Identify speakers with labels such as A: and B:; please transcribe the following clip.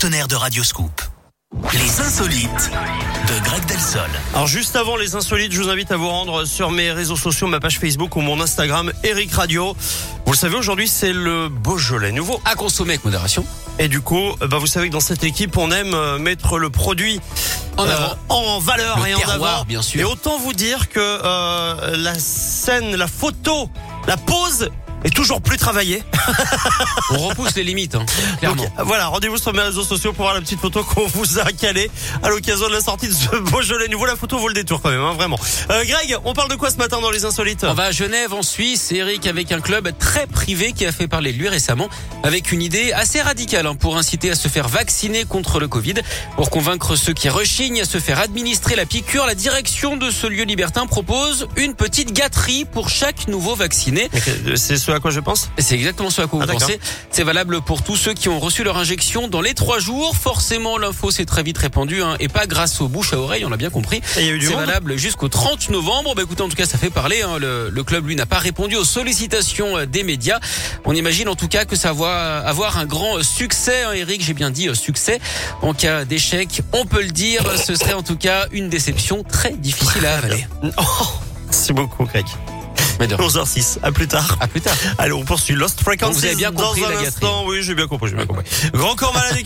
A: Tonnerre de Radio Scoop. Les insolites de Greg Delsol.
B: Alors juste avant les insolites, je vous invite à vous rendre sur mes réseaux sociaux, ma page Facebook ou mon Instagram, Eric Radio. Vous le savez, aujourd'hui c'est le Beaujolais nouveau.
C: à consommer avec modération.
B: Et du coup, euh, bah, vous savez que dans cette équipe, on aime euh, mettre le produit
C: En
B: euh,
C: avant.
B: en valeur
C: Le
B: et en
C: terroir,
B: avant.
C: bien sûr.
B: Et autant vous dire que euh, la scène, la photo, la pose est toujours plus travaillée.
C: On repousse les limites, hein, clairement.
B: Donc, voilà, rendez-vous sur mes réseaux sociaux pour voir la petite photo qu'on vous a calée à l'occasion de la sortie de ce Beaujolais nouveau. La photo vaut le détour quand même, hein, vraiment. Euh, Greg, on parle de quoi ce matin dans les insolites
C: On va à Genève en Suisse, Eric avec un club très privé qui a fait parler de lui récemment avec une idée assez radicale hein, pour inciter à se faire vacciner contre le Covid. Pour convaincre ceux qui rechignent à se faire administrer la piqûre, la direction de ce lieu libertin propose une petite gâterie pour chaque nouveau vacciné.
B: Euh, C'est ce à quoi je pense
C: C'est exactement ce à quoi
B: Ah,
C: vous
B: d'accord.
C: pensez. C'est valable pour tous ceux qui ont reçu leur injection dans les trois jours. Forcément, l'info s'est très vite répandue hein, et pas grâce aux bouches à oreille, on l'a bien compris.
B: Et il y a eu du
C: C'est
B: monde
C: valable jusqu'au 30 novembre. Bah écoutez, en tout cas, ça fait parler. hein. Le, le club, lui, n'a pas répondu aux sollicitations euh, des médias. On imagine en tout cas que ça va avoir un grand euh, succès. hein, Eric, j'ai bien dit euh, succès. En cas d'échec, on peut le dire, ce serait en tout cas une déception très difficile à avaler.
B: Oh, c'est beaucoup, Greg.
C: Mais de rien.
B: 11h06, à plus tard.
C: À plus tard.
B: Allez, on poursuit Lost Frequencies
C: Donc Ah, vous avez bien compris
B: dans un
C: la gâterie.
B: instant. Oui, j'ai bien compris, j'ai bien compris. Grand corps malade